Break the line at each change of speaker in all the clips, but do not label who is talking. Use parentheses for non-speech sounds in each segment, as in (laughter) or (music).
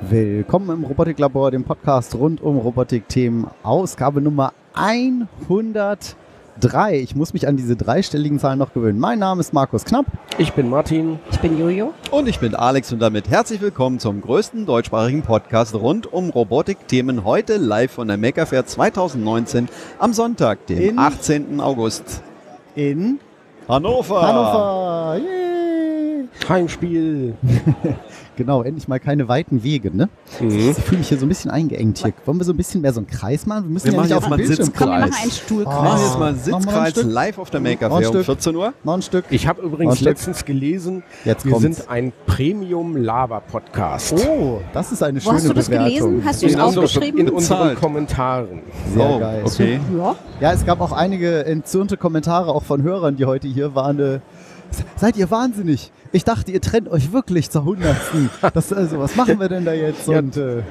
Willkommen im Robotiklabor, dem Podcast rund um Robotikthemen, Ausgabe Nummer 103. Ich muss mich an diese dreistelligen Zahlen noch gewöhnen. Mein Name ist Markus Knapp.
Ich bin Martin.
Ich bin Jojo.
Und ich bin Alex und damit herzlich willkommen zum größten deutschsprachigen Podcast rund um Robotikthemen. Heute live von der Maker Fair 2019 am Sonntag, dem
In-
18. August.
In
Hannover.
Hannover. Yay.
Heimspiel.
Genau, endlich mal keine weiten Wege, ne?
Mhm.
Ich fühle mich hier so ein bisschen eingeengt hier. Wollen wir so ein bisschen mehr so einen Kreis machen? Wir müssen
Wir
ja
machen
nicht
jetzt
auf den
mal
Bildschirm
einen
Komm, wir machen
Kreis.
einen Stuhl.
Ah.
Machen wir jetzt mal einen
Machen wir mal ein
Sitzkreis
Stück?
live auf der Maker
Noch ein
Fair um
Stück.
14 Uhr.
Noch ein Stück.
Ich habe
Noch ein
übrigens
Stück.
letztens gelesen,
Jetzt
wir
kommt's.
sind ein Premium-Lava-Podcast.
Oh, das ist eine
Wo
schöne
hast du das
Bewertung.
gelesen? Hast du es
In,
Genau so.
aufgeschrieben?
in unseren
Bezahlt.
Kommentaren.
Sehr
oh,
geil.
okay.
ja.
Ja, es gab auch einige entzürnte Kommentare auch von Hörern, die heute hier waren. Äh, "Se- seid ihr wahnsinnig? Ich dachte, ihr trennt euch wirklich zur Hundertsten. Das, also, was machen wir denn da jetzt?
Ja.
Und äh,
Dann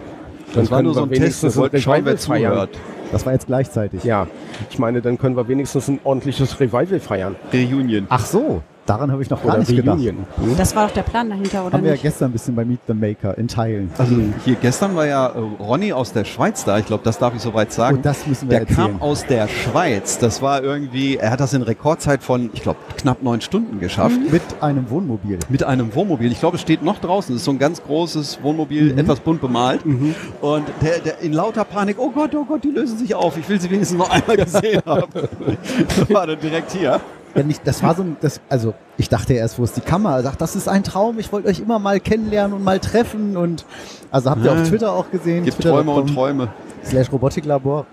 Das war
können
nur so
wir
ein Test.
wenigstens
Wir wollten
ein
schauen, wer
Revival feiern.
zuhört.
das war jetzt gleichzeitig.
Ja, ich meine, dann können wir wenigstens ein ordentliches Revival feiern.
Reunion.
Ach so, daran habe ich noch gar
Oder
nicht gedacht.
Reunion.
Das war doch der Plan dahinter, oder
Hm? Haben wir ja
nicht?
gestern ein bisschen bei Meet the Maker in Teilen. Mhm.
Also hier gestern war ja äh, Ronny aus der Schweiz da. Ich glaube, das darf ich soweit sagen.
Und Oh, das müssen wir
der
erzählen.
kam aus der Schweiz. Das war irgendwie, er hat das in Rekordzeit von, ich glaube, knapp neun Stunden geschafft.
Mit einem Wohnmobil.
Mit einem Wohnmobil. Ich glaube, es steht noch draußen. Es ist so ein ganz großes
Mhm.
Wohnmobil, etwas bunt bemalt. Und der, der in lauter Panik, oh Gott, oh Gott, die lösen sich auf. Ich will sie wenigstens noch einmal
(laughs)
gesehen haben. Das war dann direkt hier.
Ja, nicht, das war so ein, das, also ich dachte erst, wo ist die Kamera? Er sagt, das ist ein Traum, ich wollte euch immer mal kennenlernen und mal treffen. Und also habt ihr auf
Ja.
Twitter auch gesehen.
Gibt
twitter.com.
Träume und Träume.
slash Robotiklabor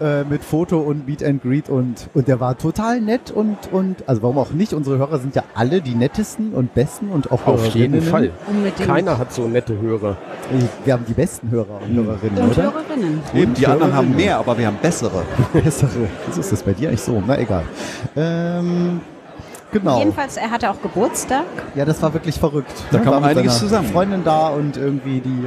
äh, mit Foto und Meet and Greet und, und der war total nett und, und also warum auch nicht, unsere Hörer sind ja alle die nettesten und besten und auch
Auf jeden
Hörerinnen. Also,
Fall.
Unbedingt.
Keiner hat so nette Hörer.
Wir haben die besten Hörer und
Hm.
Hörerinnen,
Und
oder?
Hörerinnen.
Eben, die
Und
anderen haben
Hörerinnen.
mehr, aber wir haben bessere.
(laughs) Bessere. Wieso ist das bei dir eigentlich so? Na egal. Ähm, genau.
Jedenfalls, er hatte auch Geburtstag.
Ja, das war wirklich verrückt.
Da
Er
kam
war mit
einiges
seiner
zusammen.
Freundin da und irgendwie die,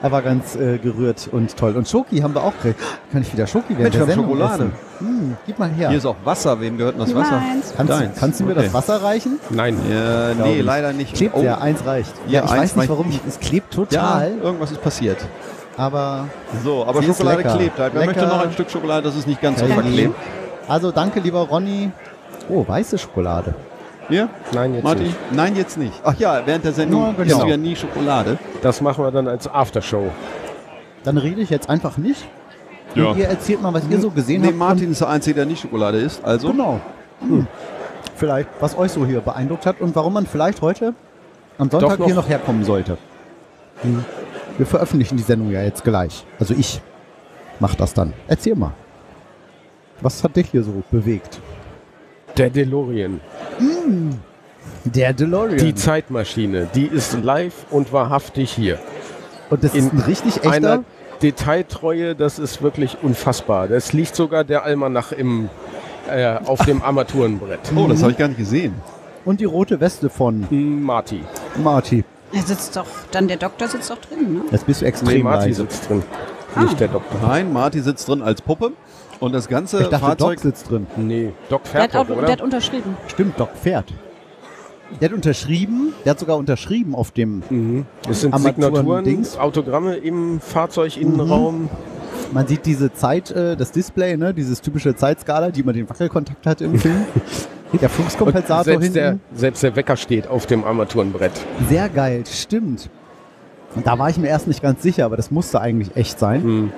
er war ganz äh, gerührt und toll. Und Schoki haben wir auch gekriegt. Kann ich wieder Schoki werden?
Mensch, wir haben Schokolade.
Hm, gib mal her.
Hier ist auch Wasser. Wem gehört denn das Wasser?
Meins.
Kannst,
Deins.
kannst du mir
Okay.
das Wasser reichen?
Nein.
Ja,
Glaub
nee,
ich.
leider nicht.
Klebt
Oh,
ja, eins reicht.
Ja,
Ja, ich
eins
weiß nicht
reicht.
warum, ich, es klebt
ja,
total,
irgendwas ist passiert.
aber
So, aber
Sie ist
Schokolade
lecker.
klebt halt. Wer
Lecker.
möchte noch ein Stück Schokolade? Das ist nicht ganz so
Danke.
verklebt.
Also danke lieber Ronny. Oh, weiße Schokolade.
Hier?
Nein, jetzt
Martin?
nicht.
Nein, jetzt nicht. Ach ja, während der Sendung
Ja,
ja,
genau.
isst du ja nie Schokolade.
Das machen wir dann als Aftershow.
Dann rede ich jetzt einfach nicht.
Ja.
Und ihr erzählt mal, was ihr so gesehen
Nee,
habt.
Martin ist der Einzige, der nicht Schokolade isst. Also,
Und genau. Hm. Vielleicht, was euch so hier beeindruckt hat und warum man vielleicht heute am Sonntag
noch-
hier noch herkommen sollte. Hm. Wir veröffentlichen die Sendung ja jetzt gleich. Also ich mach das dann. Erzähl mal. Was hat dich hier so bewegt?
Der DeLorean.
Der DeLorean.
Die Zeitmaschine. Die ist live und wahrhaftig hier.
und das ist
in
ein richtig echter.
Einer Detailtreue, das ist wirklich unfassbar. Das liegt sogar der Almanach im, äh, auf dem Armaturenbrett.
oh, das habe ich gar nicht gesehen.
Und die rote Weste von
Hm, Marty.
Marty.
Er sitzt doch, dann der Doktor sitzt doch drin, ne?
Jetzt bist du
Nee,
extrem
Marty
leise.
sitzt drin.
Ah.
Nicht der Doktor.
Nein, Martin sitzt drin als Puppe. Und das ganze
Ich dachte, Doc
Fahrzeug.
sitzt drin.
Nee, Doc
Der
fährt
hat, auch,
doch,
der
oder?
hat unterschrieben.
Stimmt, Doc fährt. Der hat unterschrieben, der hat sogar unterschrieben auf dem.
Mhm. Es sind
Armaturen-
Signaturen,
Dings.
Autogramme im Fahrzeuginnenraum.
Man sieht diese Zeit, äh, das Display, ne, dieses typische Zeitskala, die immer den Wackelkontakt hat im
(laughs)
Film. Der
Und
Fluxkompensator
selbst, der,
hinten.
selbst der Wecker steht auf dem Armaturenbrett.
Sehr geil, stimmt. Und da war ich mir erst nicht ganz sicher, aber das musste eigentlich echt sein.
Mhm.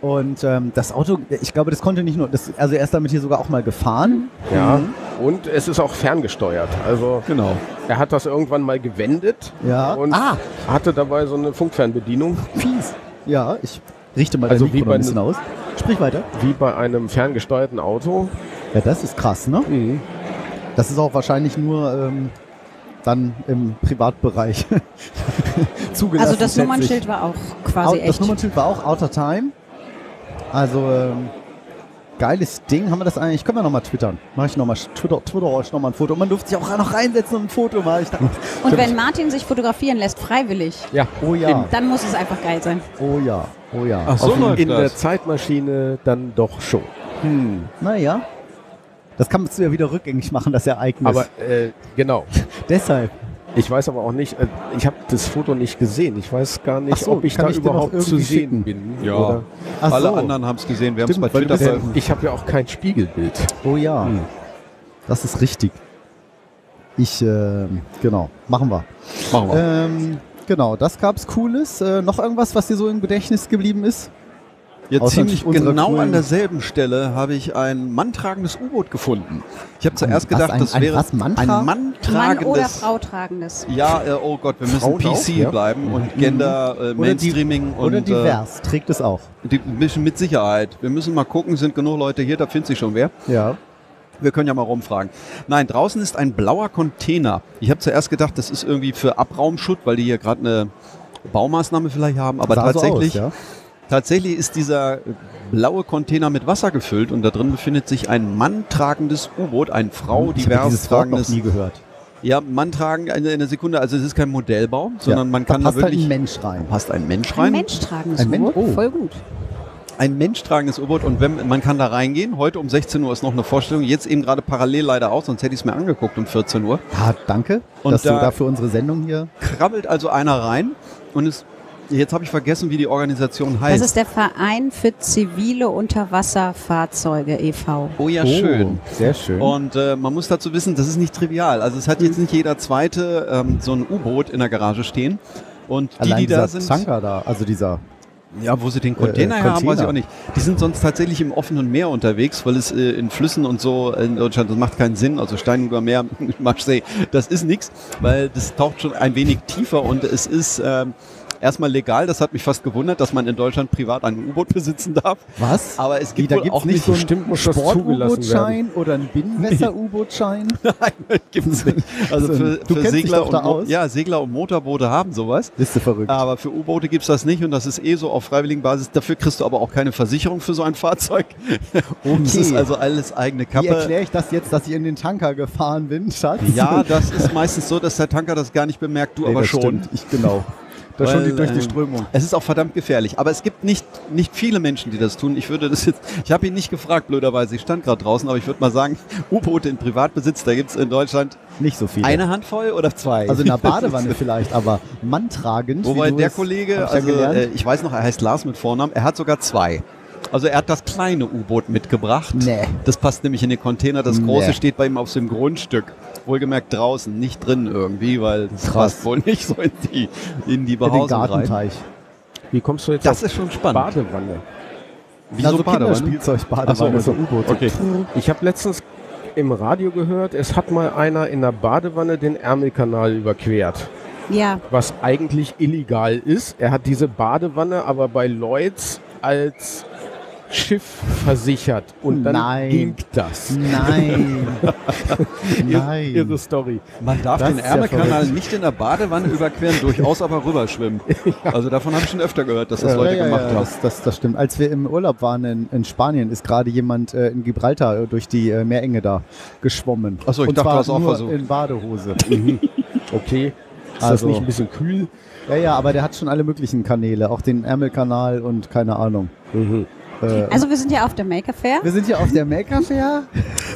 Und ähm, das Auto, ich glaube, das konnte nicht nur, das, also er ist damit hier sogar auch mal gefahren.
Ja.
Mhm.
Und es ist auch ferngesteuert. Also
Genau.
er hat das irgendwann mal gewendet
Ja.
und
Ah.
hatte dabei so eine Funkfernbedienung.
Fies. Ja, ich richte mal
Also
dein
wie
Mikro noch
bei
ein bisschen
ne-
aus. Sprich weiter.
Wie bei einem ferngesteuerten Auto.
Ja, das ist krass, ne?
Mhm.
Das ist auch wahrscheinlich nur ähm, dann im Privatbereich (laughs) zugelassen.
Also das
schätze ich.
Nummernschild war auch
Au-
quasi
Das
echt.
Nummernschild war auch Outer Time. Also ähm, geiles Ding. Haben wir das eigentlich? Können wir nochmal twittern? Mache ich nochmal Twitter, Twitter euch nochmal ein Foto. Und man durfte sich auch noch reinsetzen und ein Foto machen. Ich
(laughs)
dachte,
Und wenn Martin sich fotografieren lässt, freiwillig,
Ja.
oh ja,
dann muss es einfach geil sein.
oh ja, oh ja.
Ach so
Auf jeden-
läuft
In der
das.
Zeitmaschine dann doch schon.
Hm.
Naja. Das kannst du ja wieder rückgängig machen, das Ereignis.
Aber äh, genau.
Deshalb.
Ich weiß aber auch nicht, äh, ich habe das Foto nicht gesehen. Ich weiß gar
Ach
nicht,
so,
ob ich
kann
da
ich dir noch
überhaupt zu
irgendwie
sehen
schicken?
bin.
Ja.
Oder,
Ach
Alle
so.
anderen haben es gesehen. Wir haben es bei
Stimmt, weil du
Twitter
bist ja-
veröffentlicht.
ich habe ja auch kein Spiegelbild.
Oh ja.
Hm.
Das ist richtig. Ich, ähm, genau, machen wir.
Machen wir.
Ähm, genau, das gab's Cooles. Äh, noch irgendwas, was dir so im Gedächtnis geblieben ist?
Ja,
Außer
ziemlich
unserer
genau
coolen-
an derselben Stelle habe ich ein manntragendes U-Boot gefunden. Ich habe zuerst
Ein- was,
gedacht,
ein-
das
ein
wäre
was, Manntra-
ein
Mann oder
manntragendes.
Frau tragendes.
ja, äh, oh Gott, wir müssen
Frauen
PC
auch, ja.
Mhm.
bleiben und Gender, äh,
Oder die-
Mainstreaming und
Oder
äh,
divers, trägt es auch.
die, mit- mit Sicherheit. Wir müssen mal gucken, sind genug Leute hier, da findet sich schon wer.
Ja.
Wir können ja mal rumfragen. Nein, draußen ist ein blauer Container. Ich habe zuerst gedacht, das ist irgendwie für Abraumschutt, weil die hier gerade eine Baumaßnahme vielleicht haben, aber
Sah so
tatsächlich,
aus, ja.
tatsächlich ist dieser blaue Container mit Wasser gefüllt und da drin befindet sich ein manntragendes U-Boot, ein Frau
Mhm. ich habe
divers
dieses Wort noch
tragendes.
nie gehört.
Ja, Mann tragen in einer Sekunde, also es ist kein Modellbau, sondern
ja.
man kann
da
da
passt halt
wirklich
ein Mensch rein.
passt ein Mensch
Ein
rein,
Mensch tragendes
Ein Mensch-
U-Boot.
oh.
Voll gut.
ein Mensch tragendes U-Boot und wenn, man kann da reingehen. Heute um 16 Uhr ist noch eine Vorstellung, jetzt eben gerade parallel leider aus, sonst hätte ich es mir angeguckt um 14 Uhr.
Ja, Ah, danke,
Und
dass
da-
du dafür unsere Sendung hier.
krabbelt also einer rein und ist. Jetzt habe ich vergessen, wie die Organisation heißt.
Das ist der Verein für zivile Unterwasserfahrzeuge e e.V.
oh ja,
Oh,
schön.
Sehr schön.
Und äh, man muss dazu wissen, das ist nicht trivial. Also es hat
Mhm.
jetzt nicht jeder zweite ähm, so ein U-Boot in der Garage stehen. Und die,
Allein
die
dieser
da sind,
Tanker da, also dieser.
ja, wo sie den Container,
äh,
her haben, weiß ich
Container.
auch nicht. Die sind sonst tatsächlich im offenen Meer unterwegs, weil es äh, in Flüssen und so in Deutschland, das macht keinen Sinn. Also Stein über Meer, (laughs) Marschsee, das ist nichts, weil das taucht schon ein wenig tiefer und es ist ähm, erstmal legal. Das hat mich fast gewundert, dass man in Deutschland privat ein U-Boot besitzen darf.
Was?
Aber es
Wie,
gibt
da
wohl
gibt's
auch
nicht so
Bestimmt
einen
muss das zugelassen werden.
Sport-U-Boot-Schein oder einen Binnenwässer-U-Boot-Schein?
Nein, (laughs) gibt's nicht.
(laughs)
Also
So,
für,
du
für
kennst dich
Segler,
doch
und
da
Mo-
aus.
ja, Segler und Motorboote haben sowas.
Bist du verrückt?
Aber für U-Boote gibt's das nicht und das ist eh so auf freiwilligen Basis. Dafür kriegst du aber auch keine Versicherung für so ein Fahrzeug. (laughs) Das ist also alles eigene
Wie
Kappe.
erkläre ich das jetzt, dass ich in den Tanker gefahren bin, Schatz? (laughs)
Ja, das ist meistens so, dass der Tanker das gar nicht bemerkt, du
Nee,
aber
das
schon.
Stimmt. Ich, genau. Da
Weil,
schon die, durch
ähm,
die Strömung.
Es ist auch verdammt gefährlich. Aber es gibt nicht, nicht viele Menschen, die das tun. Ich würde das jetzt, ich habe ihn nicht gefragt, blöderweise. Ich stand gerade draußen, aber ich würde mal sagen, (laughs) U-Boote in Privatbesitz, da gibt's in Deutschland
Nicht so viele.
eine Handvoll oder zwei.
also in
(laughs)
der Badewanne vielleicht, aber manntragend. wie
Wobei
du
der
es-
Kollege,
hab ich ja
also
gelernt.
äh, ich weiß noch, er heißt Lars mit Vornamen, er hat sogar zwei. Also er hat das kleine U-Boot mitgebracht.
Nee.
Das passt nämlich in den Container. Das große
Nee.
steht bei ihm auf dem Grundstück. Wohlgemerkt draußen, nicht drin irgendwie, weil das
Krass.
passt wohl nicht so in die, in die
in den
Behausung rein.
Gartenteich.
Wie kommst du jetzt
Das
auf
ist schon spannend.
Badewanne?
Wieso
also
Badewanne?
Kinderspielzeug Badewanne,
Ach
so
so,
U-Boot.
okay.
Ich habe letztens im Radio gehört, es hat mal einer in der Badewanne den Ärmelkanal überquert,
Ja,
was eigentlich illegal ist. Er hat diese Badewanne aber bei Lloyds als Schiff versichert und dann
Nein.
ging das.
Nein. (laughs) Nein.
Irre Story.
Man darf
Das
den
ist ja
Ärmelkanal
verrückt.
nicht in der Badewanne überqueren,
(laughs)
durchaus aber rüberschwimmen. Also davon habe ich schon öfter gehört, dass das Leute
ja, ja,
gemacht
ja,
haben.
Das, das, das stimmt. Als wir im Urlaub waren in, in Spanien, ist gerade jemand äh, in Gibraltar äh, durch die äh, Meerenge da geschwommen.
Ach so, Mhm. ich
Und
dachte,
zwar
du hast auch
nur
versucht.
in
(laughs)
Badehose.
Okay. Ist das
Also-
nicht ein bisschen kühl?
ja, ja, aber der hat schon alle möglichen Kanäle, auch den Ärmelkanal und keine Ahnung. Äh,
also wir sind ja auf der Maker Fair.
wir sind hier auf der Maker Fair.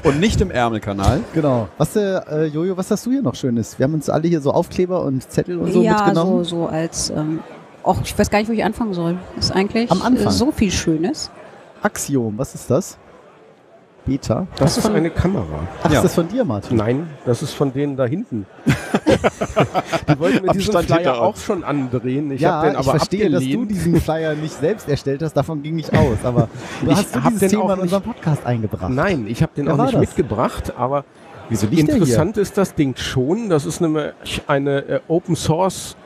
Und nicht im Ärmelkanal.
Genau. Was, äh, Jojo, was hast du hier noch Schönes? Wir haben uns alle hier so Aufkleber und Zettel und so
ja,
mitgenommen.
so, so als, ähm, och, ich weiß gar nicht, wo ich anfangen soll. Ist eigentlich
Am Anfang.
äh, so viel Schönes.
Axiom, was ist das? Beta.
Das ist eine Kamera.
Ach,
Ja.
ist das von dir, Martin?
Nein, das ist von denen
(laughs)
da hinten. Die wollten mir diesen
Abstand
Flyer
hinter
auch
uns.
schon andrehen. Ich
ja,
habe den aber
ich verstehe, dass du
abgelehnt.
diesen Flyer nicht selbst erstellt hast. Davon ging ich aus.
(laughs)
Aber du
Ich
hast du
hab
dieses
den auch
Thema in
nicht-
unseren Podcast eingebracht.
Nein, ich habe den
Wer
auch
war
nicht
das?
mitgebracht, aber
Wieso liegt der
interessant ist das Ding schon. Das ist nämlich eine äh, Open Source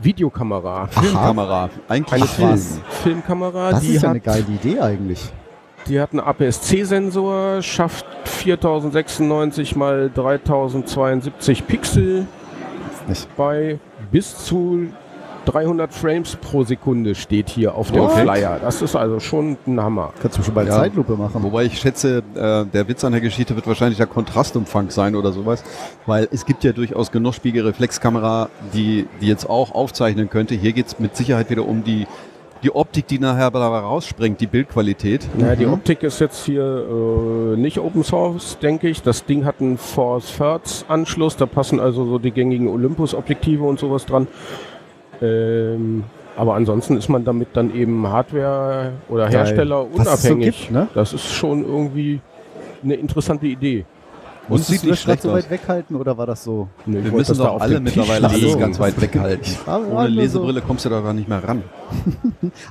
Videokamera.
Filmkamera. Eigentlich
Eine
Ach,
Film
was.
Filmkamera,
Das
die,
ist ja eine
hat,
geile Idee eigentlich.
die hat einen APS-C-Sensor, schafft 4096 mal 3072 Pixel
Nicht.
bei bis zu 300 Frames pro Sekunde steht hier auf dem
What?
Flyer. Das ist also schon ein Hammer.
Kannst du schon bei
Ja.
Zeitlupe machen.
Wobei ich schätze, äh, der Witz an der Geschichte wird wahrscheinlich der Kontrastumfang sein oder sowas, weil es gibt ja durchaus genug Spiegelreflexkamera, die, die jetzt auch aufzeichnen könnte. Hier geht's mit Sicherheit wieder um die die Optik, die nachher dabei rausspringt, die Bildqualität.
Ja,
Mhm.
die Optik ist jetzt hier äh, nicht Open Source, denke ich. Das Ding hat einen Force Thirds Anschluss, da passen also so die gängigen Olympus Objektive und sowas dran. Ähm, aber ansonsten ist man damit dann eben Hardware oder
Geil.
Hersteller
Was es so
unabhängig.
gibt, ne?
Das ist schon irgendwie eine interessante Idee.
Und
Musstest
sieht
du
nicht
das gerade
schlecht
so
aus.
weit weghalten oder war das so?
Ne, ich
Wir
wollte
müssen
das da
doch
auf
alle
den Tisch
mittlerweile alles
legen.
ganz weit weghalten.
Aber
Ohne
alle Ah, so-
Lesebrille kommst du da gar nicht mehr ran.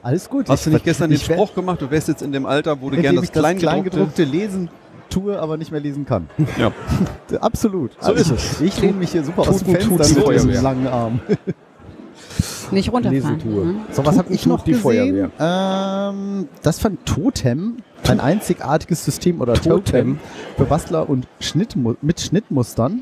Alles gut.
Hast du
Ich-
nicht gestern den
ich werd-
Spruch gemacht, du wärst jetzt in dem Alter, wo du
indem
gerne
ich
das Kleingedruckte...
Kleingedruckte lesen tue, aber nicht mehr lesen kann.
Ja.
(laughs) Absolut. Also,
So ist es.
Ich lehne mich hier super aus dem
Tuten tut
Fenster
die
mit diesem
Feuerwehr.
langen Arm.
Nicht
Lesetour.
runterfahren. ne?
So, was
Tuten
habe ich
tut
noch
die
gesehen? Ähm, das fand Totem ein einzigartiges System oder Totem,
Totem.
für Bastler und Schnittmu mit Schnittmustern.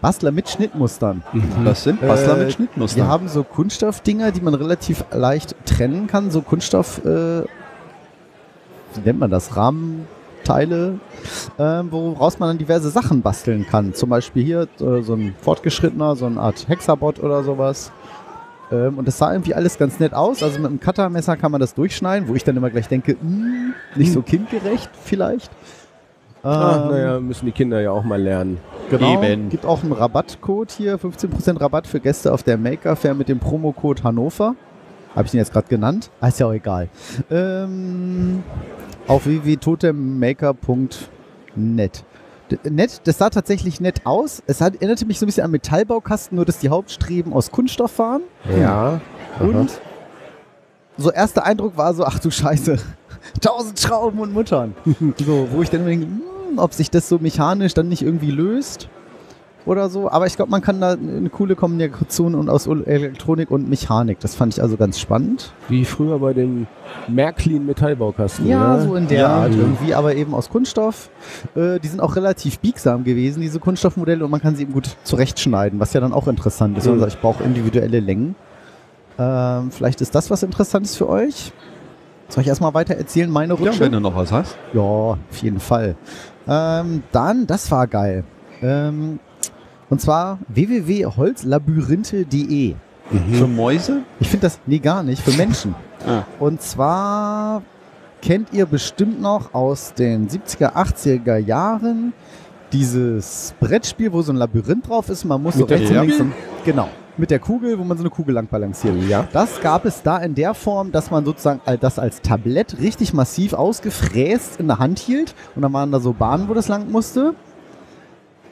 Bastler mit Schnittmustern.
Das sind Bastler mit Schnittmustern.
Wir haben so Kunststoffdinger, die man relativ leicht trennen kann. So Kunststoff, äh, wie nennt man das? Rahmenteile, äh, woraus man dann diverse Sachen basteln kann. Zum Beispiel hier äh, so ein fortgeschrittener, so eine Art Hexabot oder sowas. Ähm, und das sah irgendwie alles ganz nett aus. Also mit einem Cuttermesser kann man das durchschneiden, wo ich dann immer gleich denke, "Hm, nicht so kindgerecht vielleicht.
Ah,
Ähm,
naja, müssen die Kinder ja auch mal lernen.
Genau.
Eben.
Gibt auch einen Rabattcode hier, 15% Rabatt für Gäste auf der Maker Fair mit dem Promocode Hannover. Habe ich den jetzt gerade genannt? Ah, ist ja auch egal. Ähm, auf www.totemmaker.net. D- Nett, das sah tatsächlich nett aus. Es hat, erinnerte mich so ein bisschen an Metallbaukasten, nur dass die Hauptstreben aus Kunststoff waren.
Ja.
Und so erster Eindruck war so, ach du Scheiße, (laughs) tausend Schrauben und Muttern. so, wo ich dann immer denke, hm, ob sich das so mechanisch dann nicht irgendwie löst oder so. Aber ich glaube, man kann da eine coole Kombination und aus Ul- Elektronik und Mechanik. Das fand ich also ganz spannend.
Wie früher bei dem Märklin Metallbaukasten. ne?
ja,
Ja.
irgendwie, aber eben aus Kunststoff. Äh, die sind auch relativ biegsam gewesen, diese Kunststoffmodelle, und man kann sie eben gut zurechtschneiden, was ja dann auch interessant ist. wenn man
Mhm.
sagt, ich brauche individuelle Längen. Ähm, vielleicht ist das was Interessantes für euch. Soll ich erstmal weiter erzählen, meine Rutsche?
Wenn du noch was hast.
Ja, auf jeden Fall. Ähm, dann, das war geil. Ähm, und zwar www.holzlabyrinthe.de.
Für Mäuse?
Ich finde das, nee, gar nicht, für Menschen.
(laughs) Ah.
Und zwar kennt ihr bestimmt noch aus den 70er, 80er Jahren dieses Brettspiel, wo so ein Labyrinth drauf ist. Man muss so
Mit der
rechts und
Kugel?
links. Und, genau. Mit der Kugel, wo man so eine Kugel lang balanciert.
Ja.
Das gab es da in der Form, dass man sozusagen all das als Tablett richtig massiv ausgefräst in der Hand hielt. Und dann waren da so Bahnen, wo das lang musste.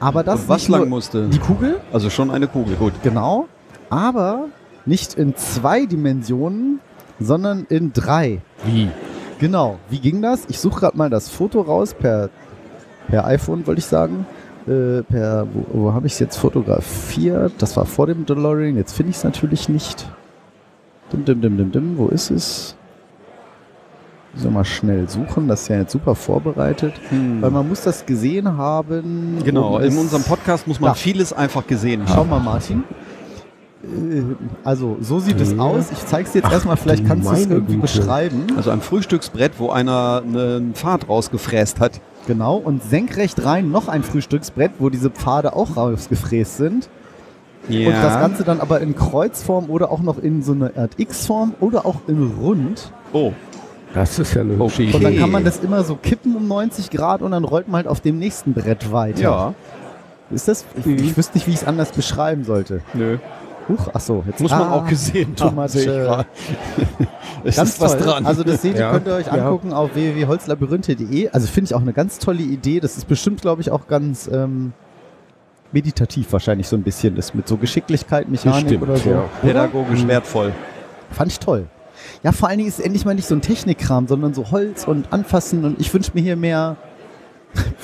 Aber das
was
nicht nur-
lang musste?
Die Kugel,
Also schon eine Kugel, gut.
Genau, aber nicht in zwei Dimensionen, sondern in drei.
Wie?
Genau, wie ging das? Ich suche gerade mal das Foto raus per, per iPhone, wollte ich sagen. Äh, per, wo, wo habe ich es jetzt fotografiert? Das war vor dem DeLorean, jetzt finde ich es natürlich nicht. Dim, dim, dim, dim, dim, wo ist es? So mal schnell suchen, das ist ja jetzt super vorbereitet. Weil man muss das gesehen haben.
Genau,
um
in
Hm. es-
unserem Podcast muss man
Da.
vieles einfach gesehen
Schau
haben.
mal, Martin. Äh, Also, so sieht es
Ja.
aus. Ich zeig's dir jetzt
Ach,
erstmal, vielleicht
du
kannst du es
meine
irgendwie
Güte.
beschreiben.
Also ein Frühstücksbrett, wo einer einen Pfad rausgefräst hat.
Genau, und senkrecht rein noch ein Frühstücksbrett, wo diese Pfade auch rausgefräst sind. Und das Ganze dann aber in Kreuzform oder auch noch in so eine Art X-Form oder auch in rund.
oh,
Das ist ja eine hübsche
Okay.
Und dann
Idee.
kann man das immer so kippen um 90 Grad und dann rollt man halt auf dem nächsten Brett weiter.
ja.
Ist das? Ich,
Mhm.
ich wüsste nicht, wie ich es anders beschreiben sollte.
Nö.
Huch, ach so, jetzt Ah.
Muss man auch
gesehen.
gesehen
too
haben.
much,
sehe ich
äh,
gerade. es
Ganz
ist was
toll.
dran.
Also das seht ihr,
Ja.
könnt ihr euch
Ja.
angucken auf www.holzlabyrinthe.de. Also finde ich auch eine ganz tolle Idee. Das ist bestimmt, glaube ich, auch ganz ähm, meditativ wahrscheinlich so ein bisschen ist. Mit so Geschicklichkeit, Mechanik
Bestimmt,
oder so.
ja.
Oder?
(laughs) pädagogisch
Hm.
wertvoll.
Fand ich toll. Ja, vor allen Dingen ist es endlich mal nicht so ein Technikkram, sondern so Holz und Anfassen. Und ich wünsche mir hier mehr, (laughs)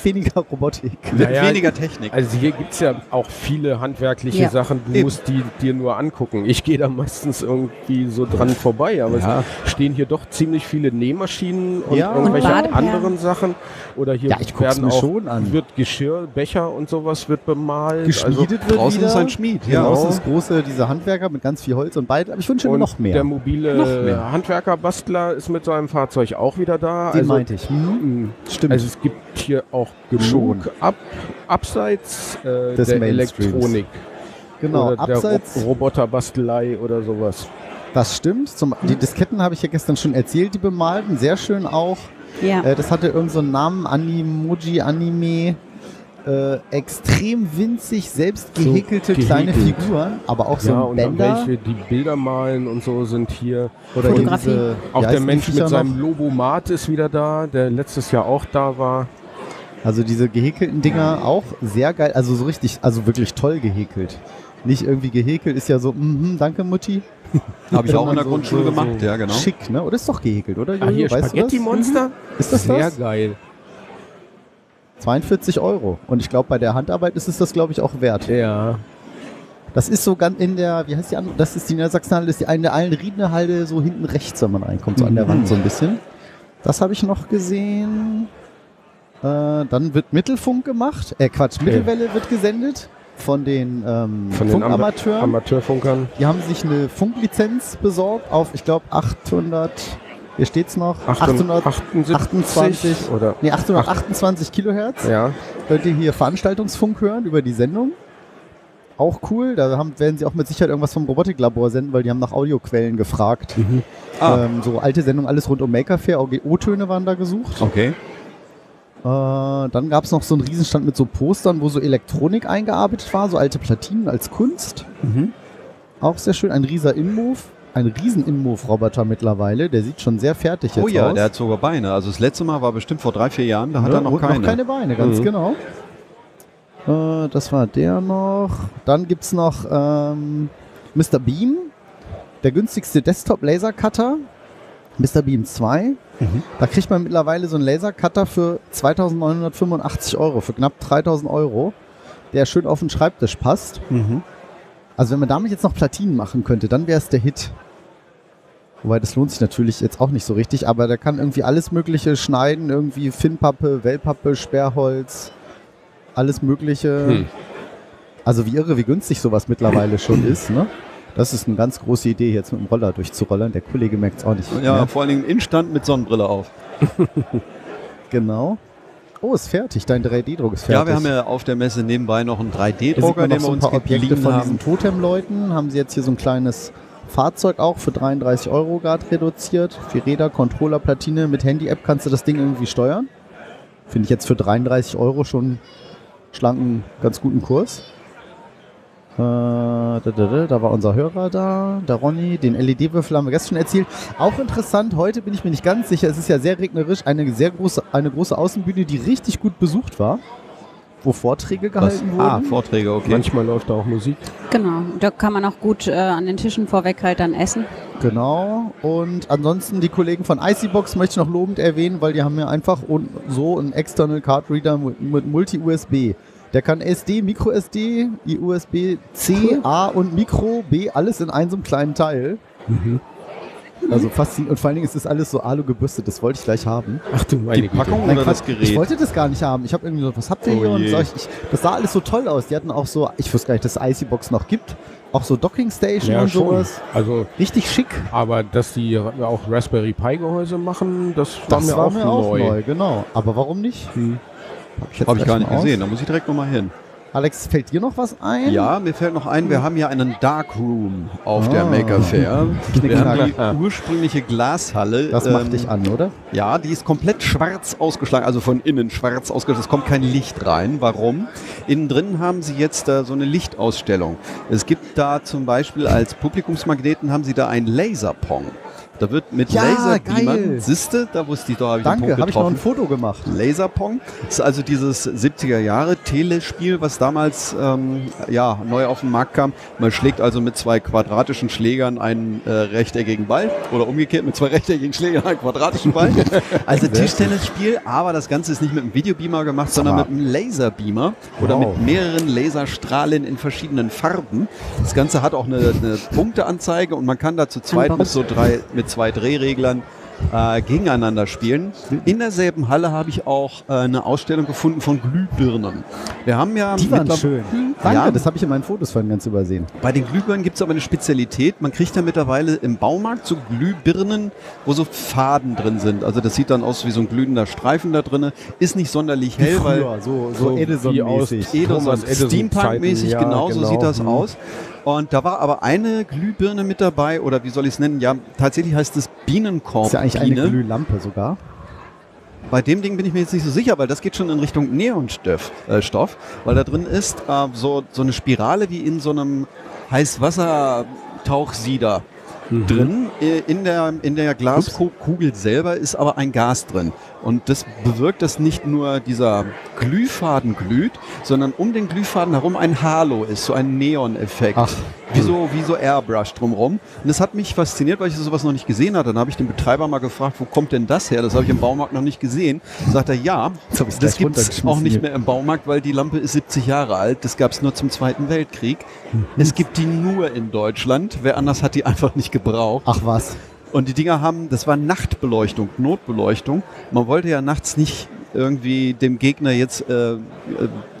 weniger Robotik.
Naja,
Weniger Technik.
Also hier gibt es ja auch viele handwerkliche
Ja.
Sachen, du
Eben.
musst die dir nur angucken. Ich gehe da meistens irgendwie so dran vorbei, aber
Ja.
es stehen hier doch ziemlich viele Nähmaschinen und
Ja.
irgendwelche
Und Badeperlen.
anderen Sachen. Oder hier
Ja, ich guck's
werden
mir
auch,
schon an.
wird Geschirr, Becher und sowas wird bemalt.
Geschmiedet wird
draußen
wieder.
ist ein Schmied,
Ja,
ja.
draußen ist große, diese Handwerker mit ganz viel Holz und Beil. Aber ich wünsche mir
Also, und
noch mehr.
der
Den
Noch
mobile
mehr.
Handwerker-Bastler ist mit seinem Fahrzeug auch wieder da. also,
meinte ich. Hm?
mh,
Stimmt.
Also es gibt hier auch
Schon.
genug ab, abseits äh,
Des
der
Mainstreams.
Elektronik
genau,
oder der
abseits.
Ro Roboterbastelei oder sowas.
Das stimmt. Zum, die Disketten habe ich ja gestern schon erzählt, die bemalten. Sehr schön auch.
Ja.
Äh, das hatte irgendeinen so einen Namen, Animoji Anime. Äh, extrem winzig, selbst
So
gehäkelte kleine
gehäkelt.
Figuren, aber auch so
ja,
ein
und dann
Bänder.
welche, die Bilder malen und so sind hier.
Oder
Und
Fotografie.
diese- wie
auch der
heißen die
Mensch
Viecher
mit seinem Lobomat ist wieder da, der letztes Jahr auch da war.
noch? Also diese gehäkelten Dinger auch sehr geil. Also so richtig, also wirklich toll gehäkelt. Nicht irgendwie gehäkelt, ist ja so, mhm, danke
(laughs)
Mutti.
Habe ich auch in der
So-
Grundschule
so-
gemacht, ja, genau.
Schick, ne? Oder ist doch gehäkelt, oder?
Ah,
Jojo?
hier
weißt du das?
Spaghetti Monster.
Ist das
Sehr
das?
geil.
42 Euro. Und ich glaube, bei der Handarbeit ist es das, glaube ich, auch wert.
Ja.
Das ist so ganz in der, wie heißt die andere? Das ist die Niedersachsenhalle, das ist die eine der alten Riedenhalle, so hinten rechts, wenn man reinkommt, so an
Mhm.
der Wand so ein bisschen. Das habe ich noch gesehen. Äh, dann wird Mittelfunk gemacht. Äh, Quatsch, Mittelwelle wird gesendet von den, ähm,
Von den Ama-
Funkamateuren.
Amateurfunkern.
die haben sich eine Funklizenz besorgt auf, ich glaube, 800, hier steht's noch, 800,
828 oder
nee, 828 Kilohertz
ja.
könnt ihr hier Veranstaltungsfunk hören über die Sendung. Auch cool, da haben, werden sie auch mit Sicherheit irgendwas vom Robotiklabor senden, weil die haben nach Audioquellen gefragt.
Ah.
Ähm, so alte Sendung, alles rund um Maker Fair, OGO-Töne waren da gesucht.
Okay.
Äh, dann gab es noch so einen Riesenstand mit so Postern, wo so Elektronik eingearbeitet war, so alte Platinen als Kunst.
Mhm.
Auch sehr schön, ein rieser Inmove, ein riesen Inmove-Roboter mittlerweile, der sieht schon sehr fertig jetzt
Oh ja,
aus.
der hat sogar Beine. Also das letzte Mal war bestimmt vor drei, vier Jahren, da hat
Ja,
er noch
Ne? und
keine.
noch keine Beine, ganz
Mhm.
genau. Äh, das war der noch. Dann gibt es noch ähm, Mr. Beam, der günstigste Desktop-Lasercutter. Mr. Beam 2. Da kriegt man mittlerweile so einen Lasercutter für 2985 Euro, für knapp 3000 Euro, der schön auf den Schreibtisch passt.
Mhm.
Also wenn man damit jetzt noch Platinen machen könnte, dann wäre es der Hit. Wobei das lohnt sich natürlich jetzt auch nicht so richtig, aber der kann irgendwie alles Mögliche schneiden, irgendwie Finnpappe, Wellpappe, Sperrholz, alles Mögliche.
Hm.
Also wie irre, wie günstig sowas mittlerweile schon ist, ne? Das ist eine ganz große Idee, jetzt mit dem Roller durchzurollern. Der Kollege merkt es auch nicht.
Ja,
ne?
vor allen Dingen Instand mit Sonnenbrille auf.
genau. Oh, ist fertig. Dein 3D-Druck ist fertig.
Ja, wir haben ja auf der Messe nebenbei noch einen
Hier sieht
3D-Drucker,
man noch
den wir
so ein
uns
paar Objekte
geliehen
von
haben.
diesen Totem-Leuten. Haben sie jetzt hier so ein kleines Fahrzeug auch für 33 Euro gerade reduziert. Vier Räder, Controller, Platine. Mit Handy-App kannst du das Ding irgendwie steuern. Finde ich jetzt für 33 Euro schon schlanken, ganz guten Kurs. Äh, da, da, da, da war unser Hörer da, der Ronny, den LED-Würfel haben wir gestern schon erzählt. Auch interessant, heute bin ich mir nicht ganz sicher, es ist ja sehr regnerisch, eine sehr große, eine große Außenbühne, die richtig gut besucht war, wo Vorträge
Was?
gehalten
Ah,
wurden.
Vorträge, okay.
Manchmal läuft da auch Musik.
Genau. Da kann man auch gut äh, an den Tischen vorweg halt dann essen.
Genau. Und ansonsten die Kollegen von ICBox möchte ich noch lobend erwähnen, weil die haben mir einfach un- so einen External Card Reader mu- mit Multi-USB. Der kann SD, Micro-SD, USB C, A und Micro B, alles in einem so einem kleinen Teil.
Mhm.
Also faszinierend. Und vor allen Dingen es ist alles so Alu gebürstet, das wollte ich gleich haben.
Ach du meine
Die Packung
Nein,
oder das
Quatsch, Ich
Gerät?
wollte das gar nicht haben. Ich habe irgendwie so, was habt ihr
Oh
hier? Und
je.
so, ich, ich, das sah alles so toll aus. Die hatten auch so, ich wusste gar nicht, dass es IC-Box noch gibt. Auch so Docking Station
Ja,
und
schon.
sowas.
Also,
Richtig schick.
aber dass die auch Raspberry Pi Gehäuse machen, das, war mir auch neu.
genau. Aber warum nicht?
Hm.
Habe ich, jetzt
Habe ich gar
gleich
nicht
mal aus.
gesehen, da muss ich direkt nochmal hin.
Alex, fällt dir noch was ein?
Ja, mir fällt noch ein, wir haben ja einen Dark Room auf der
Ah. (laughs)
Maker Fair. Wir haben
Knickknack.
die ursprüngliche Glashalle. ähm,
Das macht dich an, oder?
Ja, die ist komplett schwarz ausgeschlagen, also von innen schwarz ausgeschlagen. Es kommt kein Licht rein. Warum? Innen drin haben sie jetzt äh, so eine Lichtausstellung. Es gibt da zum Beispiel als Publikumsmagneten haben sie da ein Laserpong. Da wird mit
Ja, geil.
Laserbeamern, siehste, da wusste ich, da habe ich einen
Danke,
Punkt
habe ich noch ein
getroffen.
Foto gemacht.
Laserpong. Das ist also dieses 70er Jahre Telespiel, was damals ähm, ja, neu auf den Markt kam. Man schlägt also mit zwei quadratischen Schlägern einen äh, rechteckigen Ball oder umgekehrt mit zwei (laughs) rechteckigen Schlägern einen quadratischen Ball. Also Tischtennisspiel, aber das Ganze ist nicht mit einem Videobeamer gemacht, sondern mit einem Laserbeamer oder
Wow.
mit mehreren Laserstrahlen in verschiedenen Farben. Das Ganze hat auch eine, eine Punkteanzeige und man kann da zu zweit mit so drei, mit zwei Drehreglern äh, gegeneinander spielen. In derselben Halle habe ich auch äh, eine Ausstellung gefunden von Glühbirnen. Wir haben ja
Die waren
mittler-
schön. Danke,
Ja.
das habe ich in meinen Fotos vorhin ganz übersehen.
bei den Glühbirnen gibt es aber eine Spezialität. Man kriegt ja mittlerweile im Baumarkt so Glühbirnen, wo so Faden drin sind. Also das sieht dann aus wie so ein glühender Streifen da drin. Ist nicht sonderlich hell, weil
so, so
wie aus
Edison-mäßig.
Thomas Edison-Zeiten,
Steampunk-mäßig,
ja,
genau so sieht das
mhm.
aus. Und da war aber eine Glühbirne mit dabei, oder wie soll ich es nennen? Ja, tatsächlich heißt es Bienenkorb.
Ist ja eigentlich eine Glühlampe sogar.
Bei dem Ding bin ich mir jetzt nicht so sicher, weil das geht schon in Richtung Neonstoff, äh, Stoff, weil da drin ist äh, so, so eine Spirale wie in so einem Heißwassertauchsieder
Mhm.
drin. Äh, In der, in der Glaskugel selber ist aber ein Gas drin. Und das bewirkt, dass nicht nur dieser Glühfaden glüht, sondern um den Glühfaden herum ein Halo ist, so ein Neon-Effekt.
Ach.
Wie so, wie so Airbrush drumherum. Und das hat mich fasziniert, weil ich sowas noch nicht gesehen hatte. Dann habe ich den Betreiber mal gefragt, wo kommt denn das her? Das habe ich im Baumarkt noch nicht gesehen. Sagt er, ja,
Jetzt hab ich's gleich
das gibt es
runtergeschmissen
auch nicht
hier.
mehr im Baumarkt, weil die Lampe ist 70 Jahre alt. Das gab es nur zum Zweiten Weltkrieg. Es gibt die nur in Deutschland. Wer anders hat die (laughs) einfach nicht gebraucht.
Ach was.
Und die Dinger haben, das war Nachtbeleuchtung, Notbeleuchtung. Man wollte ja nachts nicht irgendwie dem Gegner jetzt äh, äh,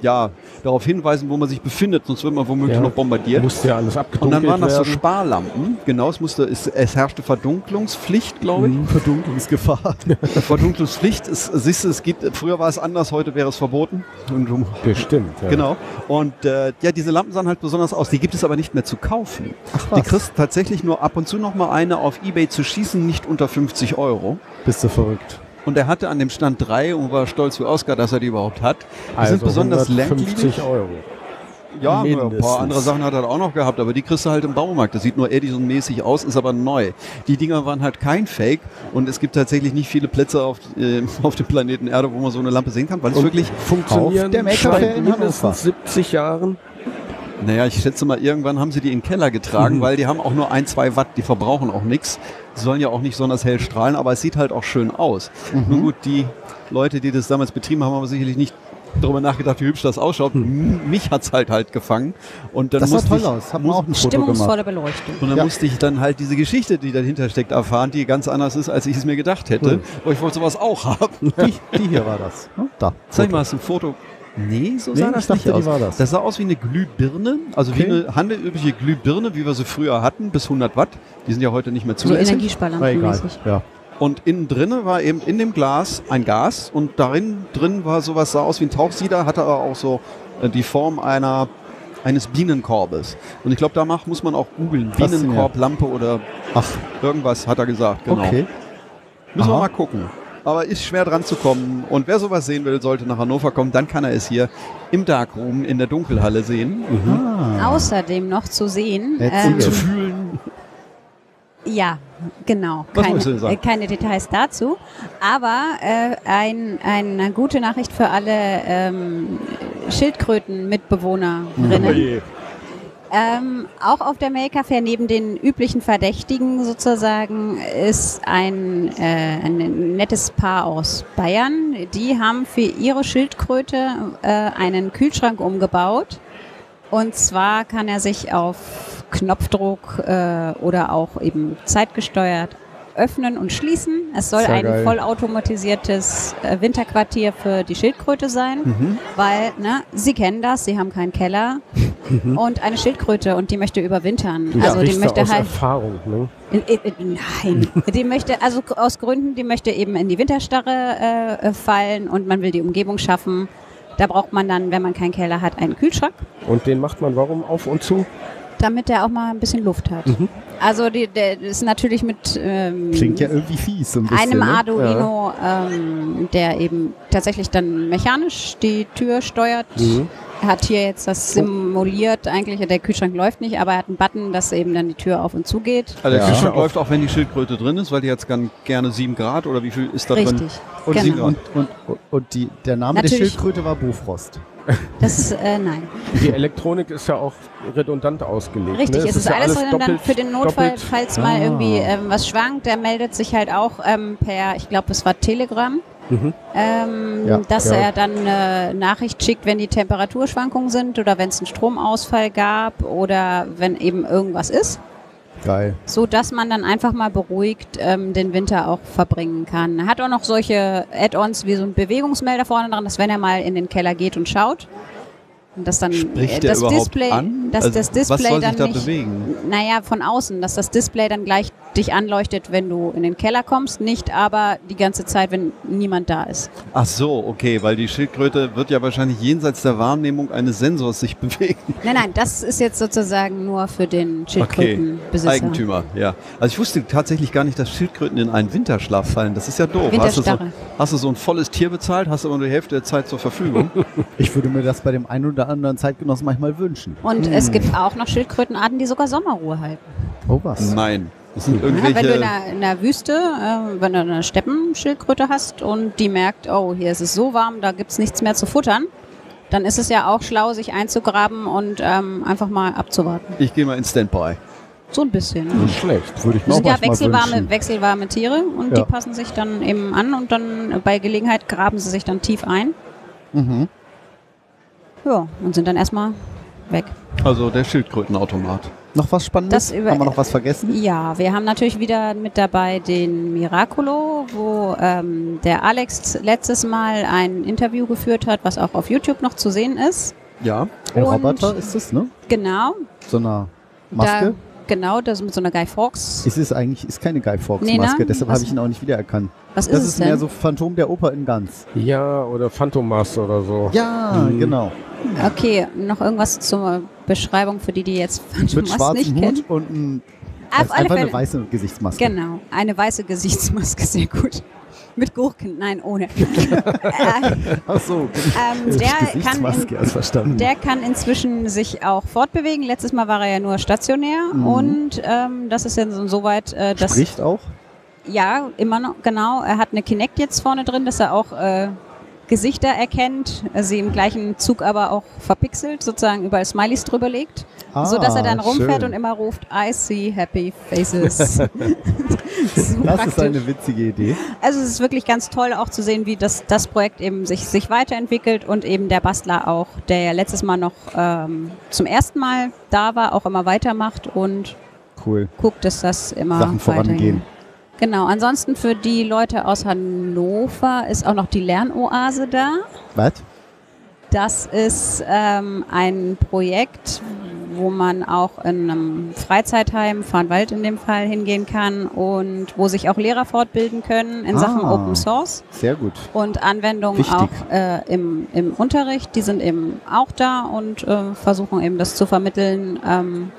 ja, darauf hinweisen, wo man sich befindet, sonst wird man womöglich
Ja.
noch bombardiert.
Musste ja alles
Und
abgedunkelt
dann waren das so
werden.
Sparlampen. Genau, es, musste, es, es herrschte Verdunklungspflicht, glaube ich.
Mhm, Verdunklungsgefahr.
(laughs) Verdunklungspflicht, es, siehst du, es gibt, früher war es anders, heute wäre es verboten. Und du
Bestimmt, ja.
Genau. Und äh, ja, diese Lampen sahen halt besonders aus. Die gibt es aber nicht mehr zu kaufen.
Ach
Die
was.
kriegst tatsächlich nur ab und zu noch mal eine auf Ebay zu schießen, nicht unter 50 Euro.
Bist du verrückt.
Und er hatte an dem Stand drei und war stolz wie Oscar, dass er die überhaupt hat. Die
Also
sind besonders ländlich.
50 Euro.
Ja, aber ein
mindestens.
paar andere Sachen hat er auch noch gehabt, aber die kriegst du halt im Baumarkt. Das sieht nur Edison-mäßig aus, ist aber neu. Die Dinger waren halt kein Fake und es gibt tatsächlich nicht viele Plätze auf, äh, (laughs) auf dem Planeten Erde, wo man so eine Lampe sehen kann, weil es
Und
wirklich
funktionieren
Auf der Meckerfair
seit
in Hannover.
mindestens 70 Jahren.
Naja, ich schätze mal, irgendwann haben sie die in den Keller
Mhm.
getragen, weil die haben auch nur ein, zwei Watt, die verbrauchen auch nichts. Die sollen ja auch nicht besonders hell strahlen, aber es sieht halt auch schön aus.
Mhm.
Nun gut, die Leute, die das damals betrieben haben, haben sicherlich nicht darüber nachgedacht, wie hübsch das ausschaut. M- Mich hat's halt halt gefangen. Und dann
Hm. Das sah
musste
toll
ich,
aus. Hat man auch ein Foto gemacht.
Stimmungsvolle Beleuchtung.
Und dann
Ja.
musste ich dann halt diese Geschichte, die dahinter steckt, erfahren, die ganz anders ist, als ich es mir gedacht hätte. Aber ich wollte sowas auch haben.
Die, die hier war das. ne? Da.
Zeig mal, hast du ein Foto? Nee, so
Nee,
sah
ich
das
dachte,
nicht
die
aus.
war das.
sah aus wie eine Glühbirne, also wie
Okay.
eine handelübliche Glühbirne, wie wir sie früher hatten, bis 100 Watt. Die sind ja heute nicht mehr
So
zulässig.
Na, egal.
Energiesparlampenmäßig.
Ja.
und innen drinne war eben in dem Glas ein Gas und darin drin war sowas, sah aus wie ein Tauchsieder, hatte aber auch so äh, die Form einer eines Bienenkorbes. Und ich glaube, danach muss man auch googeln.
Faszinierend.
Bienenkorblampe oder
Ach,
irgendwas, hat er gesagt. Genau.
okay.
Müssen wir
Aha.
mal gucken. Aber ist schwer dran zu kommen. Und wer sowas sehen will, sollte nach Hannover kommen. Dann kann er es hier im Darkroom in der Dunkelhalle sehen.
Ah.
Außerdem noch zu sehen,
Jetzt
ähm,
sind
Zu fühlen.
ja, genau,
Was wolltest du
keine,
sagen?
äh, keine Details dazu, aber äh, ein, eine gute Nachricht für alle ähm, Schildkröten-Mitbewohnerinnen. Ähm, auch auf der Maker Fair neben den üblichen Verdächtigen sozusagen ist ein, äh, ein nettes Paar aus Bayern. Die haben für ihre Schildkröte äh, einen Kühlschrank umgebaut. Und zwar kann er sich auf Knopfdruck äh, oder auch eben zeitgesteuert öffnen und schließen. Es soll
Sehr
ein
geil.
vollautomatisiertes äh, Winterquartier für die Schildkröte sein,
Hm.
weil ne, sie kennen das, sie haben keinen Keller
Mhm.
und eine Schildkröte und die möchte überwintern. also die
Richter
möchte
aus
halt
Erfahrung, ne?
äh, äh,
(laughs)
nein, die möchte also gr- aus Gründen, die möchte eben in die Winterstarre äh, äh, fallen und man will die Umgebung schaffen. Da braucht man dann, wenn man keinen Keller hat, einen Kühlschrank
Und den macht man warum auf und zu?
damit der auch mal ein bisschen Luft hat. Also die, der ist natürlich mit ähm,
Mhm. Klingt ja irgendwie fies so ein bisschen.
einem
ne?
Arduino, ähm, der eben tatsächlich dann mechanisch die Tür steuert.
Mhm.
Er hat hier jetzt das simuliert eigentlich, der Kühlschrank läuft nicht, aber er hat einen Button, dass eben dann die Tür auf und zu geht.
Also der
Ja.
Kühlschrank läuft auch, wenn die Schildkröte drin ist, weil die jetzt gern, gerne 7 Grad oder wie viel ist da drin?
Richtig,
Und sie-
genau.
Und, und, und die, der Name der
Natürlich.
Schildkröte war Bofrost.
Das ist, äh, nein.
Die Elektronik ist ja auch redundant ausgelegt.
Richtig,
ne?
es ist
ja
alles drin, dann für den Notfall,
doppelt-
falls mal
Ah.
irgendwie ähm, was schwankt, der meldet sich halt auch ähm, per, ich glaube, es war Telegram,
Mhm.
ähm,
Ja.
dass
Ja.
er dann eine Nachricht schickt, wenn die Temperaturschwankungen sind oder wenn es einen Stromausfall gab oder wenn eben irgendwas ist,
Geil.
so dass man dann einfach mal beruhigt ähm, den Winter auch verbringen kann. Er Hat auch noch solche Add-ons wie so ein Bewegungsmelder vorne dran, dass wenn er mal in den Keller geht und schaut, Und dass dann
Spricht
äh,
der
das
überhaupt
Display,
an?
dass
Also,
das Display
was soll
dann
sich da
nicht,
bewegen?
naja, von außen, dass das Display dann gleich dich anleuchtet, wenn du in den Keller kommst, nicht aber die ganze Zeit, wenn niemand da ist.
Ach so, okay, weil die Schildkröte wird ja wahrscheinlich jenseits der Wahrnehmung eines Sensors sich (laughs) bewegen.
Nein, nein, das ist jetzt sozusagen nur für den Schildkrötenbesitzer.
Eigentümer, ja. Also ich wusste tatsächlich gar nicht, dass Schildkröten in einen Winterschlaf fallen. Das ist ja doof. Hast du, so,
Winterstarre.
hast du so ein volles Tier bezahlt, hast aber nur die Hälfte der Zeit zur
(laughs)
Verfügung.
Ich würde mir das bei dem einen oder anderen Zeitgenossen manchmal wünschen.
Und es
Hm.
gibt auch noch Schildkrötenarten, die sogar Sommerruhe halten.
Oh was?
Nein. Das sind
Ja, wenn du
irgendwelche.
in einer, in einer Wüste, äh, wenn du eine Steppenschildkröte hast und die merkt, oh, hier ist es so warm, da gibt's nichts mehr zu futtern, dann ist es ja auch schlau, sich einzugraben und ähm, einfach mal abzuwarten.
ich gehe mal in Standby.
So ein bisschen.
Nicht schlecht.
Würde ich mir auch
Das sind ja
manchmal
wechselwarme,
wünschen.
wechselwarme Tiere und
Ja.
die passen sich dann eben an und dann bei Gelegenheit graben sie sich dann tief ein.
Mhm.
Ja, und sind dann erstmal weg.
Also der Schildkrötenautomat.
Noch was Spannendes?
Das über-
Haben wir noch was vergessen?
Ja, wir haben natürlich wieder mit dabei den Miraculo, wo ähm, der Alex letztes Mal ein Interview geführt hat, was auch auf YouTube noch zu sehen ist.
Ja.
Ein
Und-
Oh, Roboter ist es, ne?
Genau.
So eine Maske?
Da, genau, das mit so einer Guy Fawkes.
Ist es eigentlich, ist keine Guy Fawkes
Nee, ne?
Maske, deshalb
Was-
habe ich ihn auch nicht wiedererkannt.
Was ist
das
es
ist
denn?
mehr so Phantom der Oper in ganz.
Ja, oder Phantom Master oder so.
Ja,
Mhm.
genau.
okay, noch irgendwas zur Beschreibung für die, die jetzt (laughs)
Mit
Phantom Mask nicht
schwarzem
kennen.
Hut und ein,
Auf
das ist
alle
einfach
Fälle.
eine weiße Gesichtsmaske.
Genau, eine weiße Gesichtsmaske, (laughs) sehr gut. Mit Gurken, nein,
(laughs)
ohne. äh,
(laughs) Ach so,
ähm, der kann in,
Gesichtsmaske, Also, erst verstanden.
Der kann inzwischen sich auch fortbewegen. Letztes Mal war er ja nur stationär
Mhm.
und ähm, das ist ja so- soweit, äh, dass
Spricht auch.
ja immer noch genau. Er hat eine Kinect jetzt vorne drin, dass er auch äh, Gesichter erkennt, äh, sie im gleichen Zug aber auch verpixelt, sozusagen überall Smileys drüber legt,
Ah,
so dass er dann rumfährt
schön.
und immer ruft: I see happy
(laughs)
faces. (laughs) So
Das
praktisch.
ist eine witzige Idee.
Also es ist wirklich ganz toll auch zu sehen, wie das, das Projekt eben sich, sich weiterentwickelt und eben der Bastler auch, der ja letztes Mal noch ähm, zum ersten Mal da war, auch immer weitermacht und
Cool.
guckt, dass das immer
Sachen vorangehen.
weitergeht. Genau, ansonsten für die Leute aus Hannover ist auch noch die Lernoase da.
Was?
Das ist ähm, ein Projekt, wo man auch in einem Freizeitheim, Farnwald in dem Fall, hingehen kann und wo sich auch Lehrer fortbilden können in Sachen
Ah.
Open Source
Sehr gut.
und Anwendungen
Wichtig.
auch äh, im, im Unterricht. Die sind eben auch da und äh, versuchen eben das zu vermitteln ähm,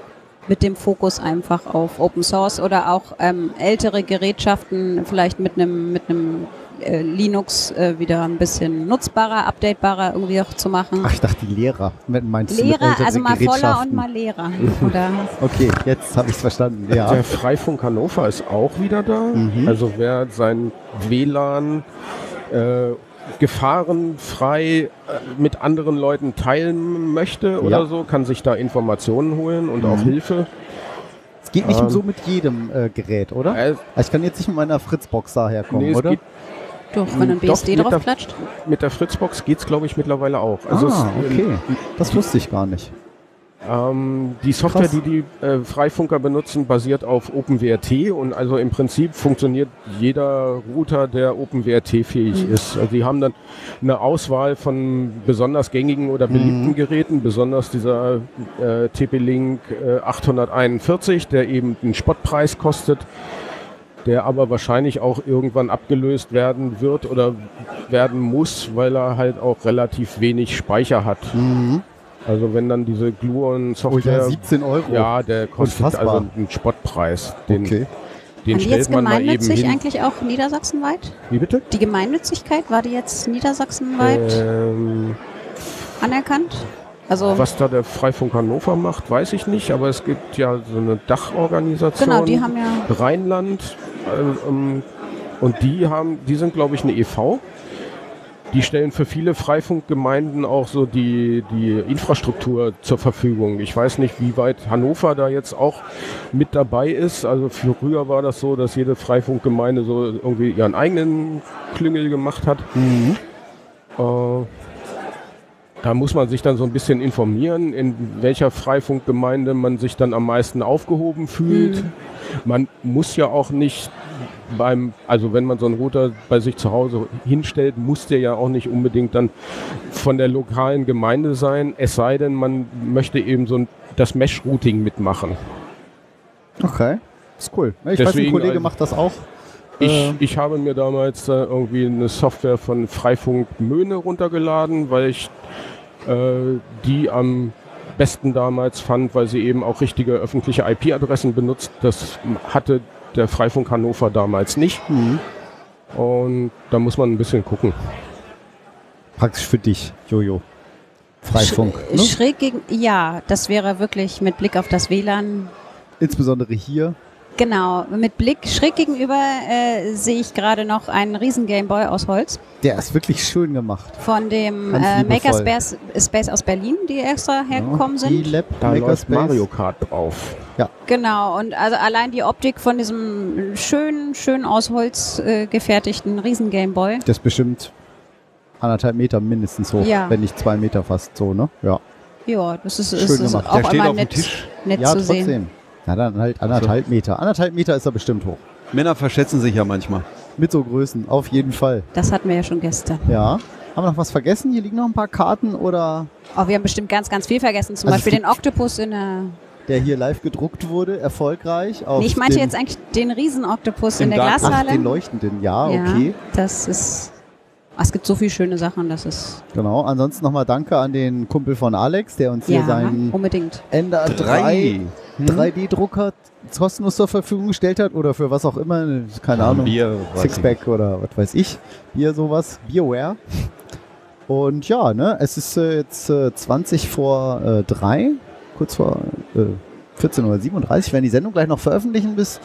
mit dem Fokus einfach auf Open Source oder auch ähm, ältere Gerätschaften vielleicht mit einem mit einem äh, Linux äh, wieder ein bisschen nutzbarer, updatebarer irgendwie auch zu machen.
Ach, ich dachte, die Lehrer. Wenn Meinst du mit
Lehrer,
älteren
also mal voller und
Gerätschaften?
mal Lehrer. Oder
Okay, jetzt habe ich es verstanden. Ja.
Der Freifunk Hannover ist auch wieder da.
Mhm.
Also wer sein WLAN äh, gefahrenfrei äh, mit anderen Leuten teilen möchte oder
Ja.
so, kann sich da Informationen holen und auch
Mhm.
Hilfe.
Es geht nicht um
Ähm.
so mit jedem äh, Gerät, oder?
Äh,
Ich kann jetzt nicht mit meiner Fritzbox da herkommen,
nee, es
oder?
geht,
doch, wenn ein
Doch,
BSD
mit der-
drauf klatscht.
mit der Fritzbox geht's glaube ich, mittlerweile auch. Also
ah,
es, äh,
okay. Das wusste ich gar nicht.
Ähm, die Software,
Krass.
die die äh, Freifunker benutzen, basiert auf OpenWRT und also im Prinzip funktioniert jeder Router, der OpenWRT-fähig ist. Also die haben dann eine Auswahl von besonders gängigen oder beliebten Geräten, besonders dieser äh, TP-Link äh, 841, der eben einen Spottpreis kostet, der aber wahrscheinlich auch irgendwann abgelöst werden wird oder werden muss, weil er halt auch relativ wenig Speicher hat.
Mhm.
Also wenn dann diese
Oh ja,
Gluon-Software...
17 Euro.
ja, der kostet
Unfassbar.
also einen Spottpreis. Den,
Okay.
den
Haben die
stellt
jetzt
man mal eben
gemeinnützig
hin.
eigentlich auch niedersachsenweit?
Wie bitte?
Die Gemeinnützigkeit war die jetzt niedersachsenweit?
Ähm,
anerkannt. Also
was da der Freifunk Hannover macht, weiß ich nicht, aber es gibt ja so eine Dachorganisation.
genau, die haben ja
Rheinland äh, ähm, und die haben, die sind glaube ich eine EV. Die stellen für viele Freifunkgemeinden auch so die, die Infrastruktur zur Verfügung. Ich weiß nicht, wie weit Hannover da jetzt auch mit dabei ist. Also früher war das so, dass jede Freifunkgemeinde so irgendwie ihren eigenen Klüngel gemacht hat.
Mhm.
Äh, da muss man sich dann so ein bisschen informieren, in welcher Freifunkgemeinde man sich dann am meisten aufgehoben fühlt. Man muss ja auch nicht beim, also wenn man so einen Router bei sich zu Hause hinstellt, muss der ja auch nicht unbedingt dann von der lokalen Gemeinde sein, es sei denn, man möchte eben so ein, das Mesh-Routing mitmachen.
Okay, ist cool. Ich weiß, ein
Deswegen
Kollege
also-
macht das auch.
Ich,
Ähm.
ich habe mir damals äh, irgendwie eine Software von Freifunk Möhne runtergeladen, weil ich äh, die am besten damals fand, weil sie eben auch richtige öffentliche IP-Adressen benutzt. Das hatte der Freifunk Hannover damals nicht.
Mhm.
Und da muss man ein bisschen gucken.
Praktisch für dich, Jojo. Freifunk.
Sch-
Ne?
Schräg gegen, ja, das wäre wirklich mit Blick auf das WLAN.
Insbesondere hier.
Genau, mit Blick schräg gegenüber äh, sehe ich gerade noch einen riesen Gameboy aus Holz
Der ist wirklich schön gemacht.
von dem
Ganz
äh,
liebevoll.
Makerspace Space aus Berlin, die extra hergekommen
Ja,
sind.
E-Lab,
Da läuft
Makerspace.
Mario Kart drauf.
Genau, und also allein die Optik von diesem schönen, schön aus Holz äh, gefertigten riesen Gameboy.
Das ist bestimmt anderthalb Meter mindestens hoch,
Ja.
wenn nicht zwei Meter fast so, ne? Ja,
Ja, das ist,
Schön
ist, ist
gemacht.
auch
Der steht
einmal
auf dem
nett,
Tisch.
nett
ja
zu
trotzdem.
sehen.
Na dann halt anderthalb Meter. Anderthalb Meter ist er bestimmt hoch.
Männer verschätzen sich ja manchmal.
Mit so Größen, auf jeden Fall.
Das hatten wir ja schon gestern.
Ja. Haben wir noch was vergessen? Hier liegen noch ein paar Karten oder
Oh, wir haben bestimmt ganz, ganz viel vergessen. Zum
Also es
Beispiel den
gibt-
Oktopus in der.
der hier live gedruckt wurde, erfolgreich. Auf
Nee, ich meinte
dem-
jetzt eigentlich den Riesenoktopus
Im
in der
Dark-
Ach,
Glashalle.
Oh, den leuchtenden, ja,
ja,
okay.
Das ist. Ah, Es gibt so viele schöne Sachen, das ist.
Genau. Ansonsten nochmal danke an den Kumpel von Alex, der uns hier
Ja,
seinen
unbedingt.
Ender 3
Drei.
3D-Drucker kostenlos zur Verfügung gestellt hat oder für was auch immer, keine Ahnung,
Bier, weiß
Sixpack oder was weiß ich, Bier sowas, Bierware. Und ja, ne, es ist äh, jetzt äh, 20 vor äh, 3, kurz vor äh, 14.37 Uhr, werden die Sendung gleich noch veröffentlichen bis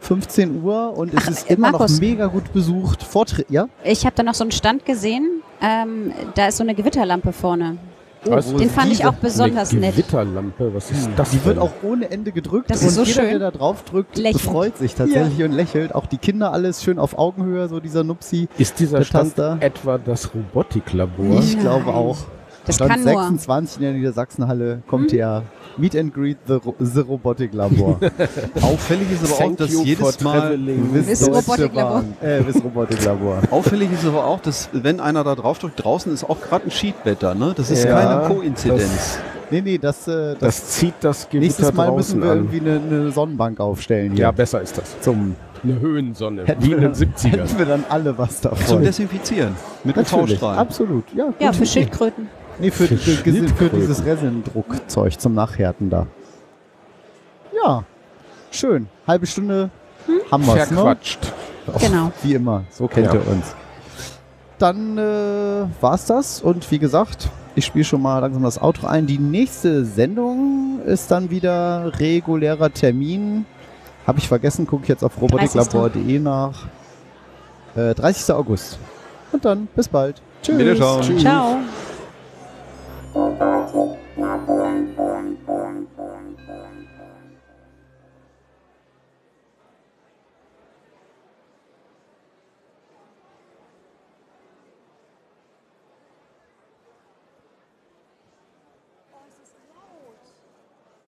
15 Uhr und es ist immer
Markus.
noch mega gut besucht. Vortritt, ja?
Ich habe da noch so einen Stand gesehen. Ähm, da ist so eine Gewitterlampe vorne.
Was?
Oh, Den fand ich auch besonders
Eine
nett. Hm.
Gewitterlampe, was ist das?
Die wird
denn?
auch ohne Ende gedrückt
Das
und
ist so
jeder,
schön.
der da drauf drückt,
Lächelt.
freut sich tatsächlich und lächelt. Auch die Kinder alles schön auf Augenhöhe, so dieser Nupsi.
ist dieser
der
Stand
Taster.
etwa das Robotiklabor?
Ich
Nein.
glaube auch.
Das
Stand
kann nur. Hm?
26 in der Niedersachsenhalle kommt ja Meet and Greet the, Ro- the Robotic
(laughs)
Labor.
Auffällig ist aber auch, dass jedes Mal
traveling.
Bis
Deutsche
Robotic Labor.
Bahn. Äh, bis Robotic Labor.
Auffällig ist aber auch, dass wenn einer da drauf drückt, draußen ist auch gerade ein Schiedwetter, ne? Das ist
Ja,
keine Koinzidenz.
Nee, nee, das, äh, das,
Das zieht das Gewitter
nächstes Mal müssen
draußen
wir
an.
irgendwie eine, eine Sonnenbank aufstellen hier.
Ja, besser ist das.
zum
Eine
(laughs)
Höhensonne,
hätten
wie
wir
in den
dann- Hätten
70ern.
wir dann alle was
Zum
davon.
Desinfizieren. Mit
Natürlich,
UV-Strahlen.
absolut. Ja,
Ja,
gute
für
Idee.
Schildkröten.
Nee, für,
Für
für, für
Schildkröten.
dieses Resin-Druckzeug zum Nachhärten da. Ja, schön. Halbe Stunde
Hm?
haben wir es, ne?
Verquatscht.
Och,
Genau.
Wie immer, so kennt
Ja.
ihr uns. Dann äh, war's das und wie gesagt, ich spiele schon mal langsam das Outro ein. Die nächste Sendung ist dann wieder regulärer Termin. Habe ich vergessen, gucke ich jetzt auf robotiklabor.de nach. Äh, 30. August. Und dann bis bald. Tschüss.
Wiederschauen.
Ciao.